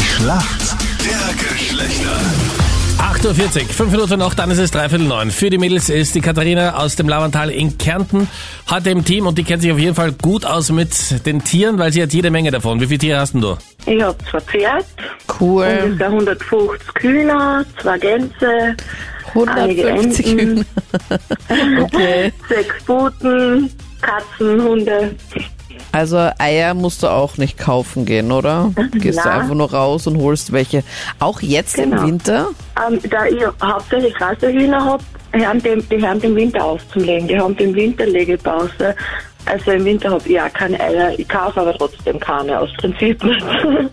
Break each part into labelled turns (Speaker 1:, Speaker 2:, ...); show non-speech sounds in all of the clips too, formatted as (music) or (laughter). Speaker 1: Schlacht der Geschlechter.
Speaker 2: 48, fünf Minuten noch, dann ist es dreiviertel neun. Für die Mädels ist die Katharina aus dem Lavantal in Kärnten, hat im Team und die kennt sich auf jeden Fall gut aus mit den Tieren, weil sie hat jede Menge davon. Wie viele Tiere hast denn du?
Speaker 3: Ich habe zwei Pferde,
Speaker 4: Cool.
Speaker 3: ungefähr 150 Hühner, zwei Gänse, einige
Speaker 4: 150
Speaker 3: Enten, (laughs)
Speaker 4: Hühner. Okay.
Speaker 3: sechs Puten, Katzen, Hunde.
Speaker 4: Also Eier musst du auch nicht kaufen gehen, oder? Gehst du
Speaker 3: Na.
Speaker 4: einfach nur raus und holst welche. Auch jetzt im
Speaker 3: Genau.
Speaker 4: Winter?
Speaker 3: Ähm, da ich hauptsächlich Rassehühner habe, hören die, die hören den Winter aufzulegen. Die haben den Winter Legepause. Also im Winter habe ich auch keine Eier. Ich kaufe aber trotzdem keine, aus Prinzip nicht.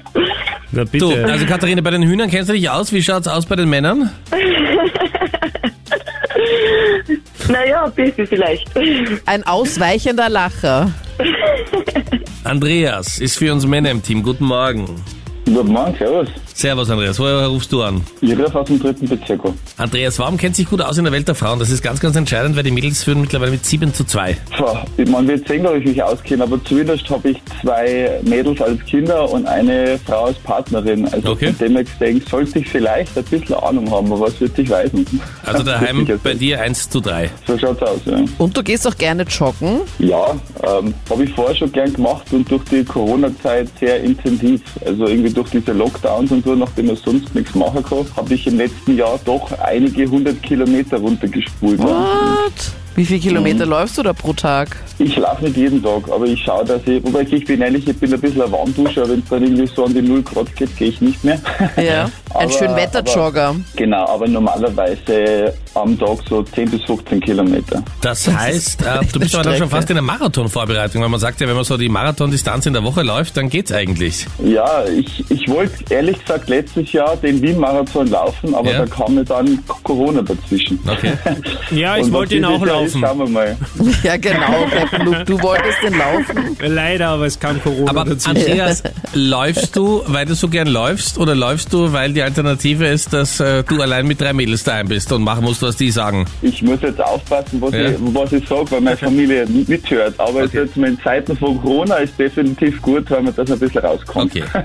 Speaker 3: (laughs)
Speaker 5: Na
Speaker 2: Du,
Speaker 5: bitte.
Speaker 2: also Katharina, bei den Hühnern kennst du dich aus. Wie schaut's aus bei den Männern?
Speaker 3: naja, ein bisschen vielleicht. Ähm,
Speaker 4: Ein ausweichender Lacher.
Speaker 2: Andreas ist für uns Männer im Team. Guten Morgen.
Speaker 6: Guten Morgen, Servus.
Speaker 2: Servus, Andreas. Woher rufst du an?
Speaker 6: Ich rufe aus dem dritten Bezirk an.
Speaker 2: Andreas, warum kennt sich gut aus in der Welt der Frauen? Das ist ganz, ganz entscheidend, weil die Mädels führen mittlerweile mit 7 zu 2.
Speaker 6: Pah, Man wird sehen, ob ich mich auskenne, aber zumindest habe ich zwei Mädels als Kinder und eine Frau als Partnerin. Also
Speaker 2: Okay.
Speaker 6: von dem her gesehen, sollte ich vielleicht ein bisschen Ahnung haben, aber es wird sich weisen. (laughs)
Speaker 2: Also daheim (laughs)
Speaker 6: Wird sich
Speaker 2: bei
Speaker 6: jetzt-
Speaker 2: dir 1 zu 3.
Speaker 6: So schaut's aus, ja.
Speaker 4: Und du gehst auch gerne joggen.
Speaker 6: Ja, ähm, habe ich vorher schon gern gemacht und durch die Corona-Zeit sehr intensiv. Also irgendwie durch diese Lockdowns und so, nachdem man sonst nichts machen kann, habe ich im letzten Jahr doch einige hundert Kilometer runtergespult.
Speaker 4: What? Wie viele Kilometer
Speaker 3: Mhm.
Speaker 4: läufst du da pro Tag?
Speaker 6: Ich schlafe nicht jeden Tag, aber ich schaue, dass ich, wobei ich bin ehrlich, ich bin ein bisschen ein Warmduscher, wenn es dann irgendwie so an die 0 Grad geht, gehe ich nicht mehr. (laughs)
Speaker 4: Ja. Ein
Speaker 6: Aber-
Speaker 4: schön Wetterjogger.
Speaker 6: genau, aber normalerweise am Tag so 10 bis 15 Kilometer.
Speaker 2: Das heißt, äh, du bist aber dann schon
Speaker 4: Strecke.
Speaker 2: fast in der Marathonvorbereitung, weil man sagt ja, wenn man so die Marathondistanz in der Woche läuft, dann geht's eigentlich.
Speaker 6: Ja, ich, ich wollte ehrlich gesagt letztes Jahr den Wien-Marathon laufen, aber
Speaker 2: Ja.
Speaker 6: da kam mir dann Corona dazwischen. (laughs)
Speaker 2: Okay.
Speaker 5: ja, ich
Speaker 6: Und
Speaker 5: wollte ihn
Speaker 6: was
Speaker 5: auch
Speaker 6: dieses Jahr ist,
Speaker 5: laufen.
Speaker 6: Schauen wir mal.
Speaker 4: Ja, genau, Captain Luke. Du wolltest den laufen.
Speaker 5: Leider, aber es kam Corona
Speaker 2: Aber
Speaker 5: dazu.
Speaker 2: Andreas, läufst du, weil du so gern läufst, oder läufst du, weil die Alternative ist, dass äh, du allein mit drei Mädels daheim bist und machen musst, was die sagen?
Speaker 6: Ich muss jetzt aufpassen, was
Speaker 2: Ja.
Speaker 6: ich, was ich sage, weil meine Familie mithört. Aber
Speaker 2: Okay.
Speaker 6: jetzt in Zeiten von Corona ist definitiv gut, weil man das ein bisschen rauskommt.
Speaker 2: Okay.
Speaker 6: (laughs)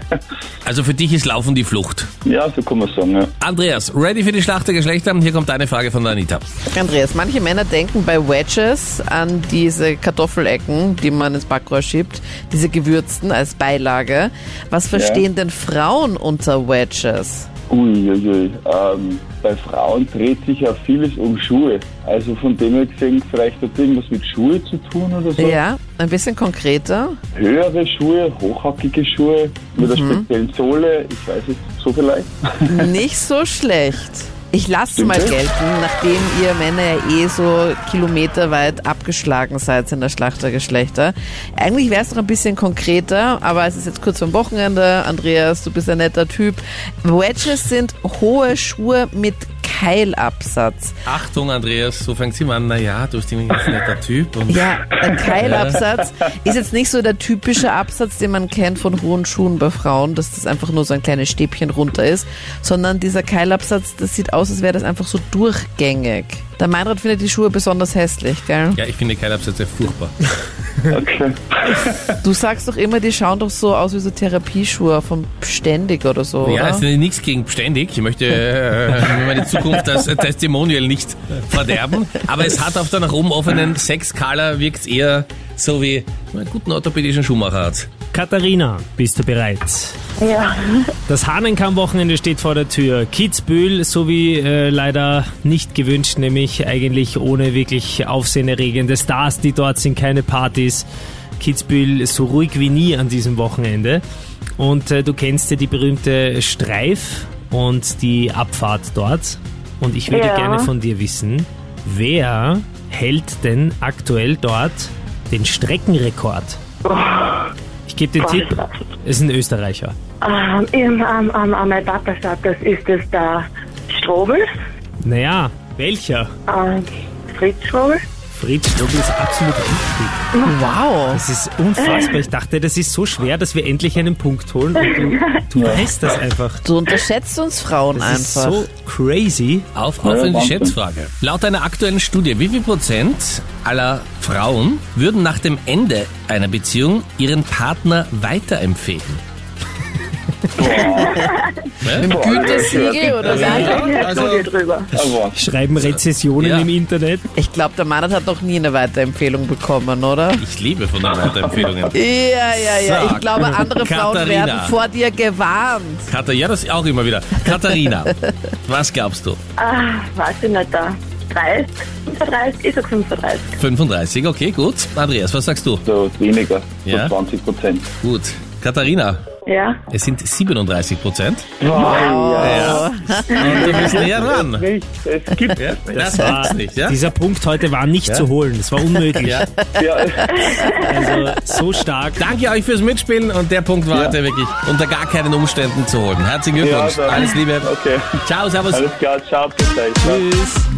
Speaker 2: Also für dich ist Laufen die Flucht.
Speaker 6: Ja, so kann man sagen, ja.
Speaker 2: Andreas, ready für die Schlacht der Geschlechter? Hier kommt eine Frage von der Anita.
Speaker 4: Andreas, manche Männer denken bei Wedges an diese Kartoffelecken, die man ins Backrohr schiebt, diese Gewürzten als Beilage. Was verstehen denn Frauen unter Wedges?
Speaker 6: Uiuiui. Ähm, bei Frauen dreht sich ja vieles um Schuhe. Also von dem her gesehen, vielleicht hat irgendwas mit Schuhe zu tun oder so.
Speaker 4: Ja, ein bisschen konkreter.
Speaker 6: Höhere Schuhe, hochhackige Schuhe mit einer speziellen Sohle. Ich weiß es so vielleicht.
Speaker 4: Nicht so schlecht. Ich lasse es mal
Speaker 6: Bitte?
Speaker 4: gelten, nachdem ihr Männer ja eh so kilometerweit abgeschlagen seid in der Schlacht der Geschlechter. Eigentlich wäre es noch ein bisschen konkreter, aber es ist jetzt kurz vom Wochenende. Andreas, du bist ein netter Typ. Wedges sind hohe Schuhe mit Keilabsatz.
Speaker 2: Achtung, Andreas, so fängt sie mal an. Naja, du bist ein ganz netter Typ. Und
Speaker 4: Ja,
Speaker 2: (laughs)
Speaker 4: ein Keilabsatz ist jetzt nicht so der typische Absatz, den man kennt von hohen Schuhen bei Frauen, dass das einfach nur so ein kleines Stäbchen runter ist, sondern dieser Keilabsatz, das sieht aus, als wäre das einfach so durchgängig. Der Meinrad findet die Schuhe besonders hässlich, gell?
Speaker 2: ja, ich finde Keilabsätze furchtbar.
Speaker 6: (laughs) Okay.
Speaker 4: Du sagst doch immer, die schauen doch so aus wie so Therapieschuhe vom Ständig oder so,
Speaker 2: Ja, es
Speaker 4: oder?
Speaker 2: ist nichts gegen beständig. Ich möchte äh, meine Zukunft als äh, Testimonial nicht verderben. Aber es hat auf der nach oben offenen Sechskala wirkt eher so wie einen guten orthopädischen Schuhmacherarzt.
Speaker 5: Katharina, bist du bereit?
Speaker 3: ja.
Speaker 5: Das Hahnenkamm-Wochenende steht vor der Tür. Kitzbühel, so wie äh, leider nicht gewünscht, nämlich eigentlich ohne wirklich aufsehenerregende Stars, die dort sind, keine Partys. Kitzbühel so ruhig wie nie an diesem Wochenende. Und äh, du kennst ja die berühmte Streif und die Abfahrt dort. Und ich würde
Speaker 3: Ja.
Speaker 5: gerne von dir wissen, wer hält denn aktuell dort den Streckenrekord?
Speaker 2: Oh.
Speaker 5: Ich gebe dir Tipp, es ist ein Österreicher.
Speaker 3: Ähm, im, ähm, ähm, ähm, mein Papa sagt, das ist es der Strobel,
Speaker 5: Naja, welcher?
Speaker 3: ähm, Fritz Strobel.
Speaker 5: Fritz Strobel ist absolut richtig.
Speaker 4: Wow.
Speaker 5: Das ist unfassbar. Ich dachte, das ist so schwer, dass wir endlich einen Punkt holen. Und du, du weißt das einfach.
Speaker 4: Du unterschätzt uns Frauen
Speaker 5: Das ist
Speaker 4: einfach.
Speaker 5: so crazy.
Speaker 2: Auf, auf
Speaker 6: Ja,
Speaker 2: eine
Speaker 6: Wahnsinn.
Speaker 2: Schätzfrage. Laut einer aktuellen Studie, wie viel Prozent aller Frauen würden nach dem Ende einer Beziehung ihren Partner weiterempfehlen?
Speaker 4: Mit dem
Speaker 6: Boah,
Speaker 4: Gütesiegel oder so?
Speaker 3: Also, Studie drüber.
Speaker 6: Aber
Speaker 5: Schreiben Rezessionen
Speaker 2: Ja.
Speaker 5: im Internet.
Speaker 4: Ich glaube, der Mann hat noch nie eine Weiterempfehlung bekommen, oder?
Speaker 2: Ich liebe von deinen Weiterempfehlungen. (laughs)
Speaker 4: Ja, ja, ja.
Speaker 2: So.
Speaker 4: Ich glaube, andere Frauen
Speaker 2: Katharina.
Speaker 4: werden vor dir gewarnt.
Speaker 2: Katharina, ja, das auch immer wieder. Katharina, was glaubst du?
Speaker 3: Ah, weiß ich nicht, da. 30, 35, ich sag 35.
Speaker 2: 35, okay, gut. Andreas, was sagst du?
Speaker 6: so weniger, so
Speaker 2: Ja.
Speaker 6: 20 Prozent.
Speaker 2: Gut. Katharina,
Speaker 3: Ja,
Speaker 2: es sind 37 Prozent.
Speaker 4: Wow.
Speaker 2: Und du bist näher dran.
Speaker 6: Es gibt
Speaker 2: Ja, das war's nicht, ja?
Speaker 5: Dieser Punkt heute war nicht zu holen. Es war unmöglich.
Speaker 2: ja?
Speaker 6: ja, (laughs)
Speaker 5: Also so stark.
Speaker 2: Danke euch fürs Mitspielen und der Punkt war heute wirklich unter gar keinen Umständen zu holen. Herzlichen
Speaker 6: ja,
Speaker 2: Glückwunsch.
Speaker 6: dann-
Speaker 2: Alles Liebe.
Speaker 6: Okay,
Speaker 2: Ciao, servus.
Speaker 6: alles klar, ciao, bis gleich. Ciao.
Speaker 5: Tschüss.